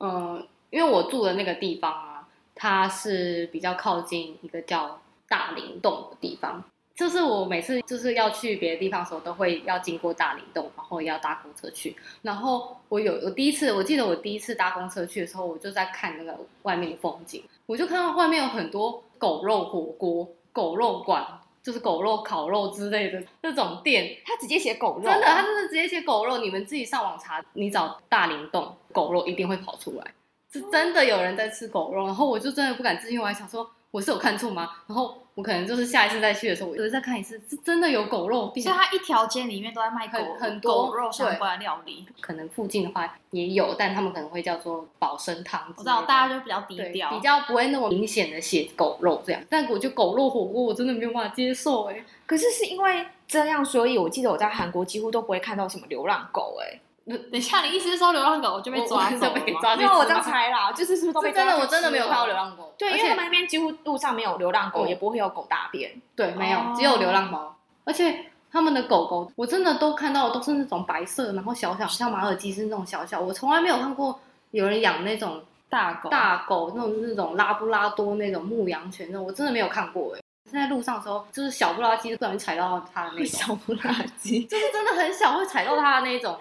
嗯，因为我住的那个地方啊，它是比较靠近一个叫大林洞的地方。就是我每次就是要去别的地方的时候，都会要经过大林洞，然后要搭公车去。然后我有我第一次，我记得我第一次搭公车去的时候，我就在看那个外面的风景，我就看到外面有很多狗肉火锅、狗肉馆，就是狗肉烤肉之类的那种店，他直接写狗肉，啊真的，他真的直接写狗肉，你们自己上网查，你找大林洞狗肉一定会跑出来，是真的有人在吃狗肉。然后我就真的不敢置信，我还想说我是有看错吗？然后我可能就是下一次再去的时候，我就再看一次，是真的有狗肉店所以。它一条街里面都在卖狗很很多狗肉相关的料理。可能附近的话也有，但他们可能会叫做保生汤之类的。我知道大家就比较低对调，比较不会那么明显的写狗肉这样。但我觉得狗肉火锅我真的没有办法接受哎、可是是因为这样，所以我记得我在韩国几乎都不会看到什么流浪狗，哎，等一下，你意思是说流浪狗我就被抓走我了我就被吗抓 *laughs* 没去有我吃这样吗。猜啦，就是是不是都被是真的，抓去我真的吃没有了看到流。浪狗。对，而因且为他们那边几乎路上没有流浪狗，嗯也不会有狗大便。对，没有哦，只有流浪猫，而且他们的狗狗，我真的都看到的都是那种白色，然后小小，像马尔济斯那种小小，我从来没有看过有人养那种大狗大狗，那种那种拉布拉多那种牧羊犬那种，我真的没有看过哎。在路上的时候，就是小布拉几不小心踩到它的那种，不拉 *laughs* 几， *laughs* 就是真的很小，会踩到它的那种。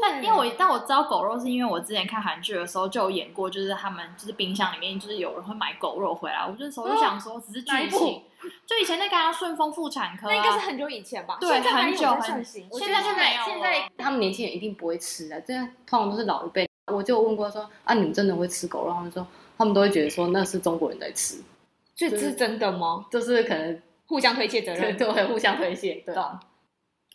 但因为我但我知道狗肉是因为我之前看韩剧的时候就有演过，就是他们就是冰箱里面就是有人会买狗肉回来，我那时候就想说只是哦哪剧一部情，就以前那个啊顺丰妇产科、啊，那应该是很久以前吧？对现在还有很久在很盛行。我现觉在得就没有了现在他们年轻人一定不会吃的，这样通常都是老一辈。我就问过说啊，你们真的会吃狗肉？他们说他们都会觉得说那是中国人在吃，所以这是真的吗？就是可能互相推卸责对任。对，会互相推卸。对，懂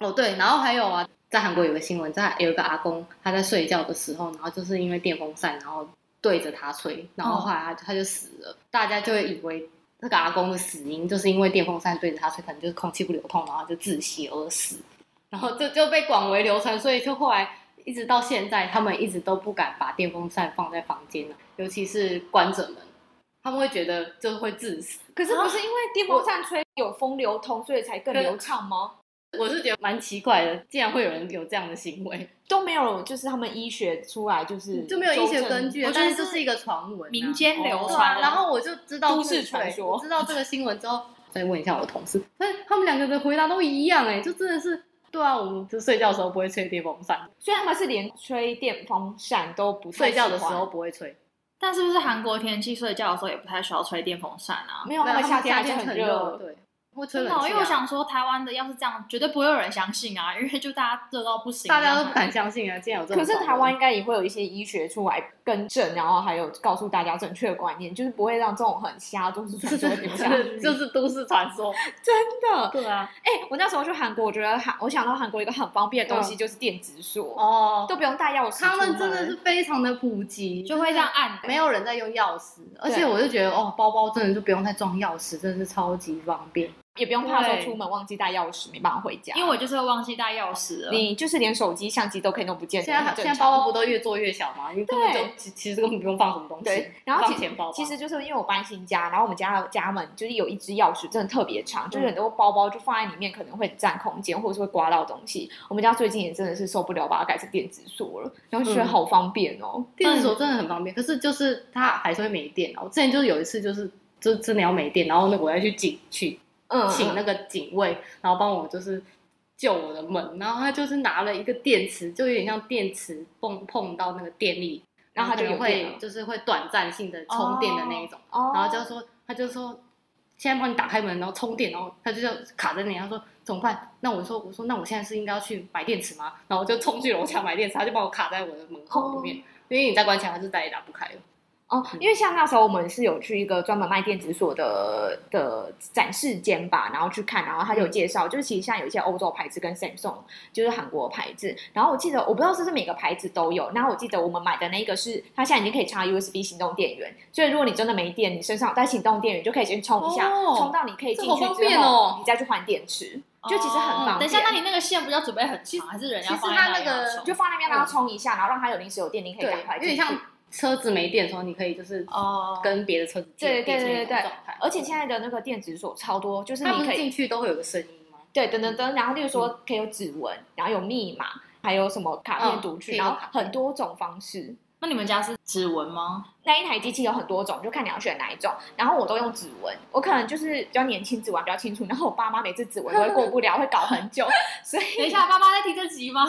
哦对，然后还有啊，在韩国有个新闻，在有一个阿公他在睡觉的时候，然后就是因为电风扇，然后对着他吹，然后后来他他就死了，大家就会以为。这个阿公的死因就是因为电风扇对着他吹，可能就是空气不流通，然后就窒息而死，然后这就被广为流传，所以就后来一直到现在，他们一直都不敢把电风扇放在房间了，尤其是关着门，他们会觉得就是会致死。可是不是因为电风扇吹有风流通，所以才更对流畅吗？我是觉得蛮奇怪的，竟然会有人有这样的行为，都没有，就是他们医学出来就是 *laughs* 嗯就没有医学纠正根据我，觉得但是是这是一个传闻啊、民间流对传啊的、然后我就知道都这市个传对说 *laughs* 我知道这个新闻之后，再问一下我同事，但他们两个的回答都一样、哎，就真的是对啊，我们就睡觉的时候不会吹电风扇，所以他们是连吹电风扇都不太睡觉的喜时欢候不会吹。但是不是韩国天气睡觉的时候也不太需要吹电风扇啊？没有，他那们夏天还是天很热，热。对，会吹真的冷哦、气啊。因为我想说，台湾的要是这样，绝对不会有人相信啊，因为就大家热到不行，大家都然不后敢相信啊，竟然有这种。可是台湾，应该也会有一些医学出来更正，然后还有告诉大家正确的观念，就是不会让这种很瞎都是传就说是留 *laughs* 下来。就是就是都市传说。真的， *laughs* 对啊，哎、我那时候去韩国，我觉得韩，我想到韩国一个很方便的东西就是电子锁，嗯哦，都不用带钥匙出门。他们真的是非常的普及，就会这样按。没有人在用钥匙，而且我就觉得哦，包包真的就不用再装钥匙，真的是超级方便。也不用怕说对出门忘记带钥匙没办法回家，因为我就是会忘记带钥匙了。你就是连手机、相机都可以弄不见的，现在很现正在常包包不都越做越小吗？你根本就对其其实根本不用放什么东西对，，然后放其实钱包吧。其实就是因为我搬新家，然后我们家的家门就是有一只钥匙，真的特别长，嗯就是很多包包就放在里面，可能会占空间，或者是会刮到东西。我们家最近也真的是受不了，把它改成电子锁了，然后就觉得嗯好方便哦。电子锁真的很方便，可是就是它还是会没电啊。我之前就是有一次就是就真的要没电，然后那个我要去警去嗯，请那个警卫，然后帮我就是救我的门，然后他就是拿了一个电池，就有点像电池碰碰到那个电力，然后它可就哦能有电啊会了就是会短暂性的充电的那一种。哦，然后就说，他就说，现在帮你打开门，然后充电，然后他就就卡在那里，他说怎么办？那我说我说那我现在是应该要去买电池吗？然后我就冲去楼下买电池，他就把我卡在我的门口里面，因为你再关起来，他就再也打不开了。哦，嗯因为像那时候我们是有去一个专门卖电子锁的的展示间吧，然后去看，然后他嗯就有介绍，就是其实像有一些欧洲牌子跟 Samsung 就是韩国牌子，然后我记得我不知道是不是每个牌子都有，然后我记得我们买的那个是它现在已经可以插 USB 行动电源，所以如果你真的没电，你身上有带行动电源就可以先充一下，哦充到你可以进这好去之方后，便哦你再去换电池，就其实很方便。哦等一下，那你那个线不是要准备很长，还是人要放在其实它那个里要就充放那边让它充一下，然后让它有临时有电，你可以对赶快，有点进去。像车子没电的时候，你可以就是哦，跟别的车子对对借电对对池那对种状态。而且现在的那个电子锁超多，就是它不你可是以进去都会有个声音吗？对，等等等，然后例如嗯说可以有指纹，然后有密码，还有什么卡片嗯读取，可以有然后卡片很多种方式。那你们家是指纹吗？ *laughs* 那一台机器有很多种，就看你要选哪一种。然后我都用指纹，我可能就是比较年轻，指纹比较清楚。然后我爸妈每次指纹都会过不了，会搞很 *laughs* 久。所以等一下，爸爸在听这集吗？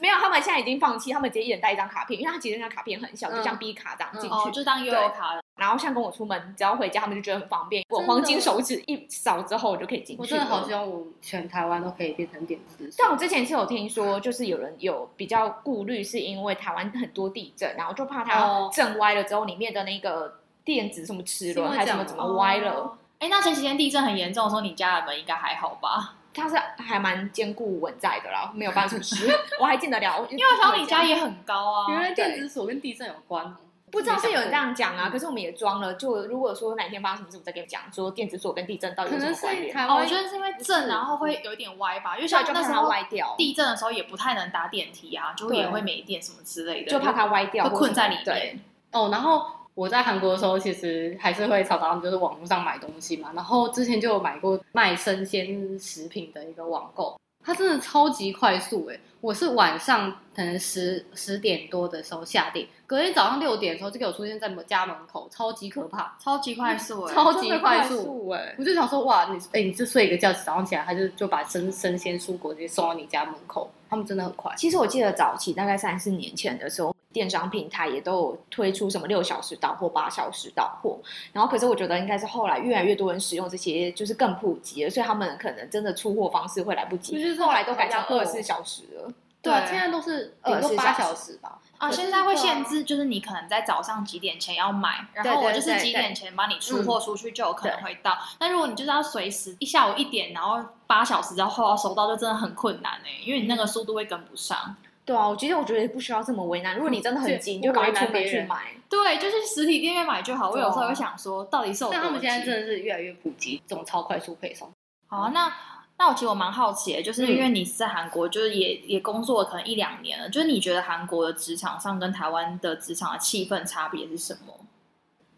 没有，他们现在已经放弃，他们直接一人带一张卡片，因为他其实那张卡片很小，就像嗯 B 卡这样嗯进去。哦，就当悠游卡了。然后像跟我出门，只要回家他们就觉得很方便。我真的黄金手指一扫之后，我就可以进去了。啊我真的好希望我全台湾都可以变成电子锁但我之前是有听说，就是有人有比较顾虑，是因为台湾很多地震，然后就怕它哦震歪了之后，里面的那个电子什么齿轮是因为还是这什样么怎么歪了，哦。哎，那前几天地震很严重的时候，你家的门应该还好吧？它是还蛮坚固稳在的啦，没有 *laughs* 办什么事，我还进得了。因因为我想到你家也很高啊。原来对电子锁跟地震有关哦，不知道是有人这样讲啊，嗯可是我们也装了。就如果说哪天发生什么事，我再跟你讲，说电子锁跟地震到底可有什能么是关联，台哦，湾我觉得是因为震，然后会有一点歪吧，因为像就那怕时它候歪掉，地震的时候也不太能搭电梯啊，就会对也会没电什么之类的，就怕它歪掉，会困在里或者什么。对面。哦，然后我在韩国的时候，其实还是会常常就是网络上买东西嘛。然后之前就有买过卖生鲜食品的一个网购，它真的超级快速诶、我是晚上可能十十点多的时候下订，隔天早上六点的时候就给我出现在我家门口，超级可怕。超级快 *laughs* 速哎、超级真的快速速哎、我就想说，哇，你哎、你就睡一个觉，早上起来他就就把生生鲜蔬果直接送到你家门口，他们真的很快。其实我记得早期大概三四年前的时候，电商平台也都有推出什么六小时到货、八小时到货。然后，可是我觉得应该是后来越来越多人使用这些，就是更普及了，所以他们可能真的出货方式会来不及。就是哦后来都改成二十四小时了。对啊，对现在都是顶多24八小小时吧。啊！现在会限制，就是你可能在早上几点前要买，然后对我对就是几对点前把你嗯出货出去就有可能会到。但如果你就是要随时一下午一点，然后八小时之后要收到，就真的很困难哎、因为你那嗯个速度会跟不上。对啊，我其实我觉得也不需要这么为难。如果你真的很急，你就赶快出门去买。对，就是实体店面买就好。我有时候会想说，到底是有多啊但他们急现在真的是越来越普及这种超快速配送。好啊，那那我其实我蛮好奇的，就是因为嗯你是在韩国，就是也也工作了可能一两年了，就是你觉得韩国的职场上跟台湾的职场的气氛差别是什么？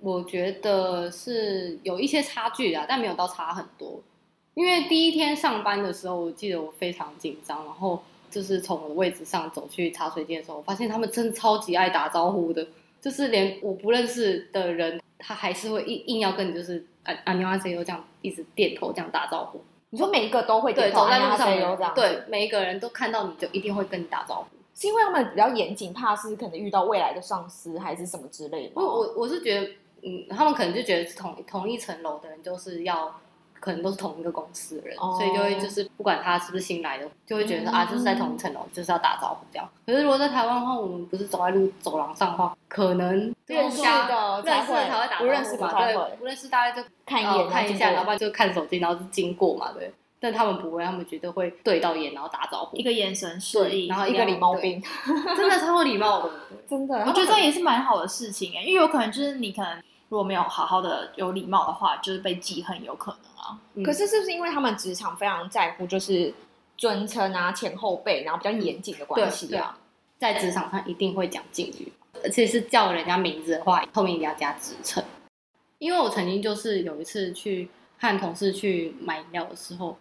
我觉得是有一些差距啊，但没有到差很多。因为第一天上班的时候，我记得我非常紧张，然后就是从我的位置上走去茶水间的时候，我发现他们真的超级爱打招呼的，就是连我不认识的人，他还是会硬硬要跟你就是啊啊，你好，谁又这样一直点头这样打招呼。你说每一个都会对，点头走在啊路上加的油这样子，人，对每一个人都看到你就一定会跟你打招呼。是因为他们比较严谨，怕是可能遇到未来的上司还是什么之类的吗。我我我是觉得，嗯，他们可能就觉得是同同一层楼的人就是要，可能都是同一个公司的人，哦所以就会就是不管他是不是新来的，就会觉得、嗯啊，就是在同一层楼，就是要打招呼这样。可是如果在台湾的话，我们不是走在路走廊上的话，可能认识啊的认才识会，的才会打招呼嘛，不认识不太对会，不认识大家就看一哦眼看一下，然然后后不然就看手机，然后就经过嘛，对。但他们不会，他们绝对会对到眼，然后打招呼一，个眼神示意。然后经过一个礼貌，兵，对真的超有礼貌的。真的，我觉得这样也是蛮好的事情哎、因为有可能就是你可能如果没有好好的有礼貌的话，就是被记恨有可能啊。嗯可是是不是因为他们职场非常在乎就是尊称啊、前后辈，然后比较嗯严谨的关系啊？在职场上一定会讲敬语，而且是叫人家名字的话，后面一定要加职称。因为我曾经就是有一次去和同事去买饮料的时候，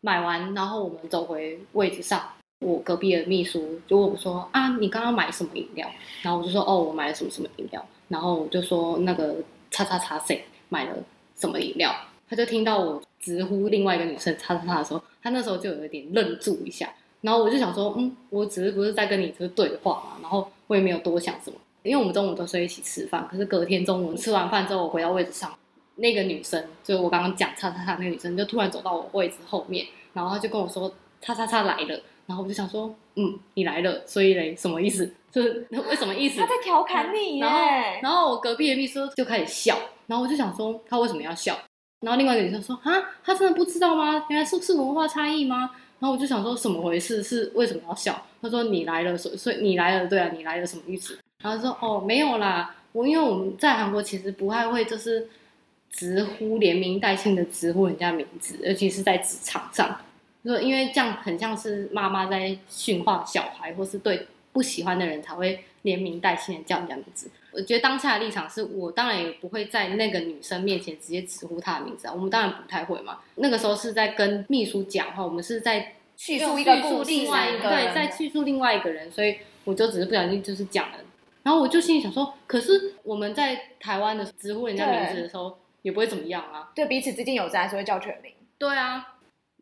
买完然后我们走回位置上，我隔壁的秘书就问我说：“啊，你刚刚买什么饮料？”然后我就说：“哦，我买了什么什么饮料。”然后我就说：“那个叉叉叉谁买了什么饮料？”他就听到我直呼另外一个女生叉叉叉的时候，他那时候就有一点愣住一下，然后我就想说，嗯，我只是不是在跟你就是对话嘛，然后我也没有多想什么，因为我们中午都是一起吃饭，可是隔天中午吃完饭之后，我回到位置上，那个女生，就是我刚刚讲叉叉叉那个女生，就突然走到我位置后面，然后她就跟我说叉叉叉来了，然后我就想说，嗯，你来了，所以嘞，什么意思？就是为什么意思他？在调侃你然后耶，嗯然后我隔壁的秘书就开始笑，然后我就想说他为什么要笑？然后另外一个女生说啊，他真的不知道吗？原来是不是文化差异吗？然后我就想说什么回事？是为什么要笑？他说你来了，所以所以你来了，对啊，你来了什么意思？然后说哦没有啦，我因为我们在韩国其实不太会就是直呼连名带姓的直呼人家名字，尤其是在职场上，就是因为这样很像是妈妈在训话小孩，或是对不喜欢的人才会连名带姓的叫人家名字。我觉得当下的立场是我当然也不会在那个女生面前直接直呼她的名字啊，我们当然不太会嘛。那个时候是在跟秘书讲话，我们是在叙述一个叙述故事，另外一个对，在叙述另外一个人，所以我就只是不小心就是讲了，然后我就心里想说，可是我们在台湾的直呼人家名字的时候也不会怎么样啊，对彼此之间有在，所以叫全名。对啊，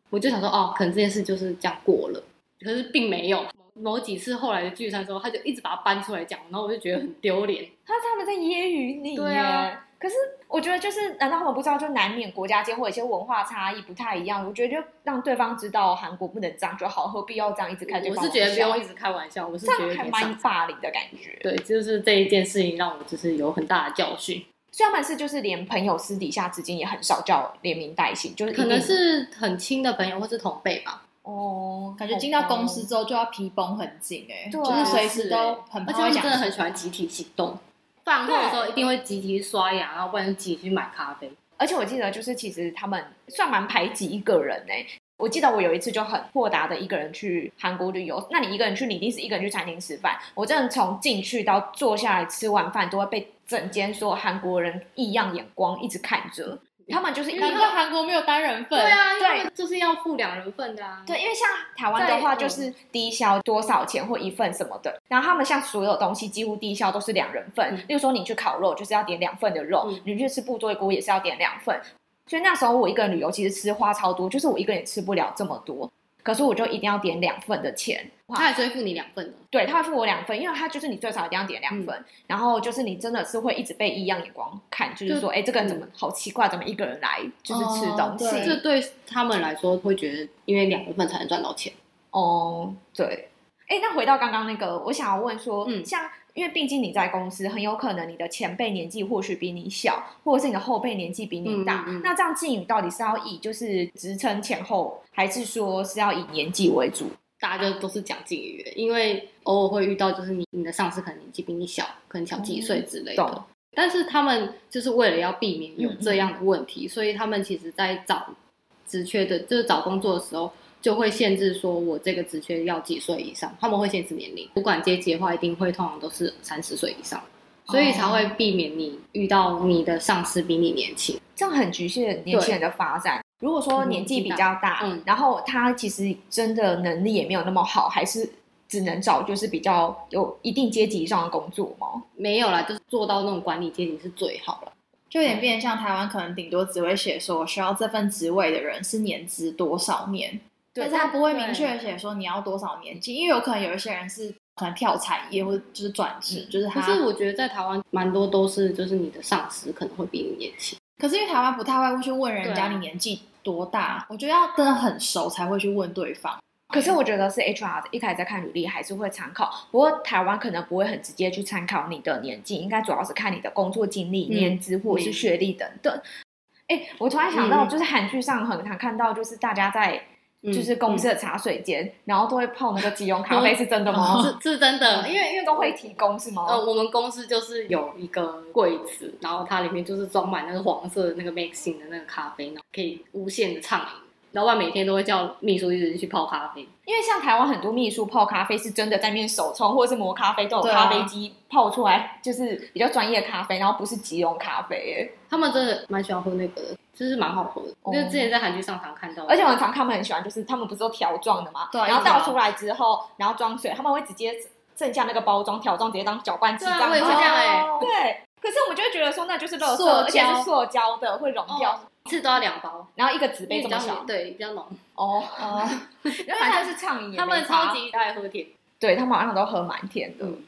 我就想说哦，可能这件事就是这样过了，可是并没有。某几次后来的聚餐的时候，他就一直把它搬出来讲，然后我就觉得很丢脸。他他们在揶揄你耶，对啊可是我觉得就是，难道他们不知道，就难免国家间或有一些文化差异不太一样？我觉得就让对方知道韩国不能这样就好，何必要这样一直开对我方是觉得玩不用笑一直开玩笑，我是这觉得有样还点蛮伤。霸凌的感觉。对，就是这一件事情让我就是有很大的教训，所以他们是就是连朋友私底下之间也很少叫连名带姓，就是一定可能是很亲的朋友或是同辈吧，哦，感觉进到公司之后就要皮绷很紧哎、对啊就是欸随时都很而怕且他会们讲真的很喜欢集体行动。饭后的时候对一定会集体去刷牙，然后不然就集体去买咖啡。而且我记得，就是其实他们算蛮排挤一个人呢、欸我记得我有一次就很豁达的一个人去韩国旅游，那你一个人去，你一定是一个人去餐厅吃饭。我真的从进去到坐下来吃完饭，都会被整间所有韩国人异样眼光一直看着。他们就是一难怪韩国没有单人份，对啊，因为对他们就是要付两人份的啊。对，因为像台湾的话，在就是低消多少钱或一份什么的，然后他们像所有东西几乎低消都是两人份嗯，例如说你去烤肉就是要点两份的肉嗯，你去吃部队锅也是要点两份。所以那时候我一个人旅游，其实吃花超多，就是我一个人也吃不了这么多，可是我就一定要点两份的钱。他还追付你两份呢。对，他会付我两份，因为他就是你最少一定要点两份，然后就是你真的是会一直被异样眼光看，就是就说，哎，这个人怎么好奇怪，怎么一个人来就是吃哦东对西？这对他们来说会觉得，因为两人份才能赚到钱。哦，对。哎，那回到刚刚那个，我想要问说，嗯像因为毕竟你在公司，很有可能你的前辈年纪或许比你小，或者是你的后辈年纪比你大，嗯嗯嗯那这样敬语到底是要以就是职称前后，还是说是要以年纪为主？大家就都是讲敬语的，因为偶尔会遇到，就是你你的上司可能年纪比你小，可能小几岁之类的。懂但是他们就是为了要避免有嗯嗯这样的问题，所以他们其实在找职缺的，就是找工作的时候，就会限制说我这个职缺要几岁以上，他们会限制年龄。主管阶级的话，一定会通常都是三十岁以上，所以才会避免你遇到你的上司比你年轻。这样很局限年轻人的发展。如果说年纪比较大，嗯然后他其实真的能力也没有那么好，还是只能找就是比较有一定阶级以上的工作吗？没有啦，就是做到那种管理阶级是最好了。就有点变得像台湾，可能顶多只会写说我需要这份职位的人是年资多少年，但对，是他不会对明确写说你要多少年纪，因为有可能有一些人是可能跳产业或者就是转职，嗯就是他可是我觉得在台湾蛮多都是，就是你的上司可能会比你年轻。可是因为台湾不太会去问人对啊家你年纪多大，我觉得要真的很熟才会去问对方。可是我觉得是 HR 一开始在看履历还是会参考，不过台湾可能不会很直接去参考你的年纪，应该主要是看你的工作经历、嗯年资或者是学历等等。哎、我突然想到，嗯就是韩剧上很常看到，就是大家在嗯嗯就是公司的茶水间，然后都会泡那个即溶咖啡，是真的吗？哦是是真的，因因为因为都会提供是吗？呃，我们公司就是有一个柜子，然后它里面就是装满那个黄色的那个 Maxing 的那个咖啡，然后可以无限的畅饮。老板每天都会叫秘书一直去泡咖啡，因为像台湾很多秘书泡咖啡是真的在面手冲或者是磨咖啡，都有对啊咖啡机泡出来，就是比较专业的咖啡，然后不是即溶咖啡耶。他们真的蛮喜欢喝那个的，就是蛮好喝的。哦就是之前在韩剧上常看到的，而且我很常看他们很喜欢，就是他们不是都条状的嘛，对啊然后一条倒出来之后，然后装水，他们会直接剩下那个包装条状直接当搅拌器对啊这样我也子是这样哦哎哦对，可是我们就会觉得说那就是垃圾，塑胶而且是塑胶的会溶掉，一次都要两包，然后一个纸杯哦因为这比较么小浓对比较浓，哦，哦，然后反正是畅饮也没差，他们超级爱喝甜。对他们好像都喝蛮甜的，嗯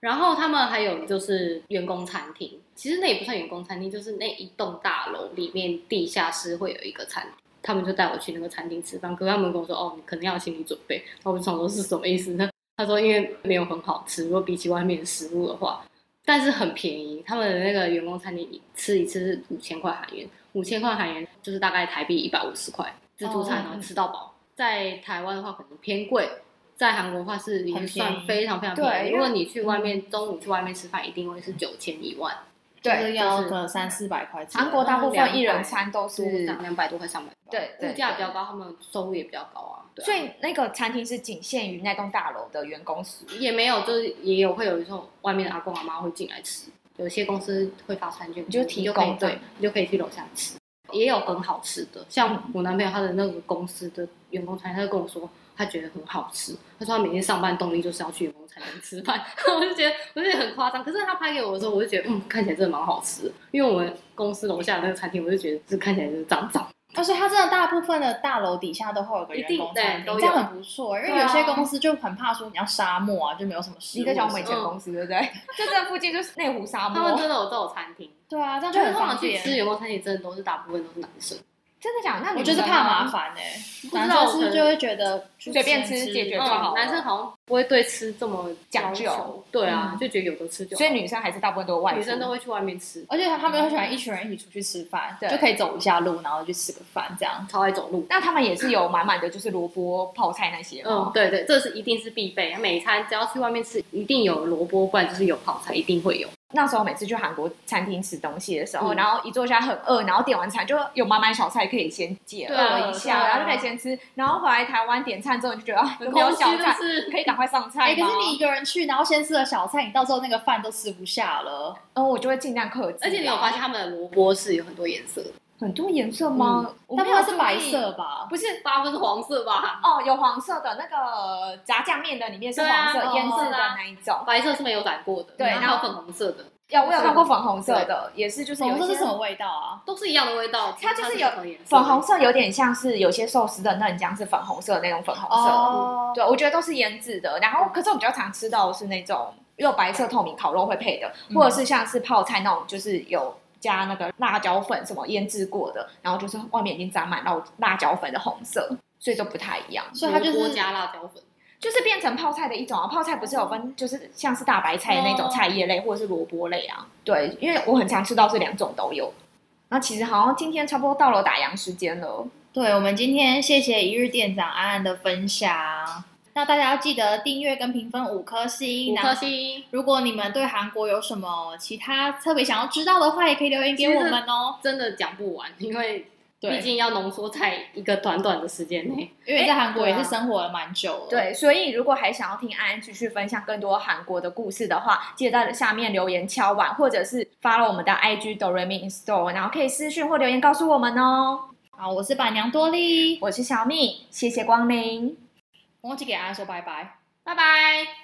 然后他们还有就是员工餐厅，其实那也不算员工餐厅，就是那一栋大楼里面地下室会有一个餐厅，他们就带我去那个餐厅吃饭。可是他们跟我说，哦，你可能要有心理准备。然后我就想说是什么意思呢？他说因为没有很好吃，如果比起外面的食物的话，但是很便宜。他们的那个员工餐厅一吃一次是五千块韩元，五千块韩元就是大概台币一百五十块自助餐，哦然后吃到饱。在台湾的话可能偏贵，在韩国的话是已经很算便宜非常非常对便宜。因为嗯如果你去外面中午去外面吃饭，一定会是九千一万，就是对。要就是个三四百块钱。韩国大部分200一人餐都是两百多块上百。对对物价比较高，他们收入也比较高啊。对啊所以那个餐厅是仅限于那栋大楼的员工食物。也没有，就是也有会有一种外面的阿公阿妈会进来吃，有些公司会发餐券，你就提你可以供对，你就可以去楼下吃，也有很好吃的。像我男朋友他的那个公司的员工餐，他就跟我说他觉得很好吃，他说他每天上班动力就是要去员工餐厅吃饭， *laughs* 我就觉得我就觉得很夸张。可是他拍给我的时候，我就觉得嗯，看起来真的蛮好吃的，因为我们公司楼下那个餐厅，我就觉得这看起来就是脏脏。而且它真的大部分的大楼底下都会有个一员定工餐对厅，都这样有很不错。因为对啊有些公司就很怕说你要沙漠啊，就没有什么食物你的在时讲候。我们以前公司对不对？ *laughs* 就这附近就是内湖沙嗯他们漠，真的有都有餐厅，对啊，这样就就是很通常方去吃便。员工餐厅，真的都是大部分都是男生。真的假的？那我女就是生怕呢麻，烦哎，不知道男生是可不能是就会觉得去随便吃吃解决就嗯好了男生好像不会对吃这么讲究，究对啊，就觉得有的吃就好。所以女生还是大部分都外出女生都会去外面吃，而且他们又喜欢一群人一起出去吃饭，对就可以走一下路，然后去吃个饭这样。超爱走路。那他们也是有满满的就是萝卜泡菜那些嗯吗，？对对，这是一定是必备。每餐只要去外面吃，一定有萝卜，不然就是有泡菜，一定会有。那时候每次去韩国餐厅吃东西的时候，嗯然后一坐下很饿，然后点完餐就有满满小菜可以先解对啊饿一下，对啊然后就可以先吃，然后回来台湾点餐之后你就觉得啊，有没有空虚小就菜？是可以赶快上菜吗？哎、可是你一个人去，然后先吃了小菜，你到时候那个饭都吃不下了。哦，我就会尽量克制。而且你有发现他们的萝卜是有很多颜色的，很多颜色嗯吗？我大没部有分是白注意色吧？不是八分是黄色吧？哦，有黄色的那个炸酱面的里面是对黄啊色哦腌制是的啊那一种。 *laughs* 白色是没有染过的，对然后还然有后粉红色的，有，我有看过粉红色的，也是就是粉有红一色些是什么味道啊？都是一样的味道。它就是不同颜色粉红，色有点像是有些寿司的嫩姜是粉红色的那种粉红色，哦，对我觉得都是腌制的。然后，可是我比较常吃到的是那种有白色透明烤肉会配的，嗯或者是像是泡菜那种，就是有加那个辣椒粉什么腌制过的，然后就是外面已经沾满到辣椒粉的红色，所以都不太一样。所以它就萝卜是加辣椒粉。就是变成泡菜的一种啊。泡菜不是有分，就是像是大白菜的那种哦菜叶类，或者是萝卜类啊。对，因为我很常吃到这两种都有。那其实好像今天差不多到了打烊时间了。对。我们今天谢谢一日店长安安的分享。那大家要记得订阅跟评分五颗星，五然颗后星，如果你们对韩国有什么其他特别想要知道的话，也可以留言给其实我们哦。真的讲不完，因为对毕竟要浓缩在一个短短的时间内。因为在韩国也哎是对啊生活了蛮久了，，对，所以如果还想要听安安继续分享更多韩国的故事的话，记得在下面留言敲碗，或者是发了我们的 IG Doremi Install，然后可以私讯或留言告诉我们哦。好，我是板娘多莉，我是小蜜，谢谢光临。我忘记给安安说拜拜。拜拜。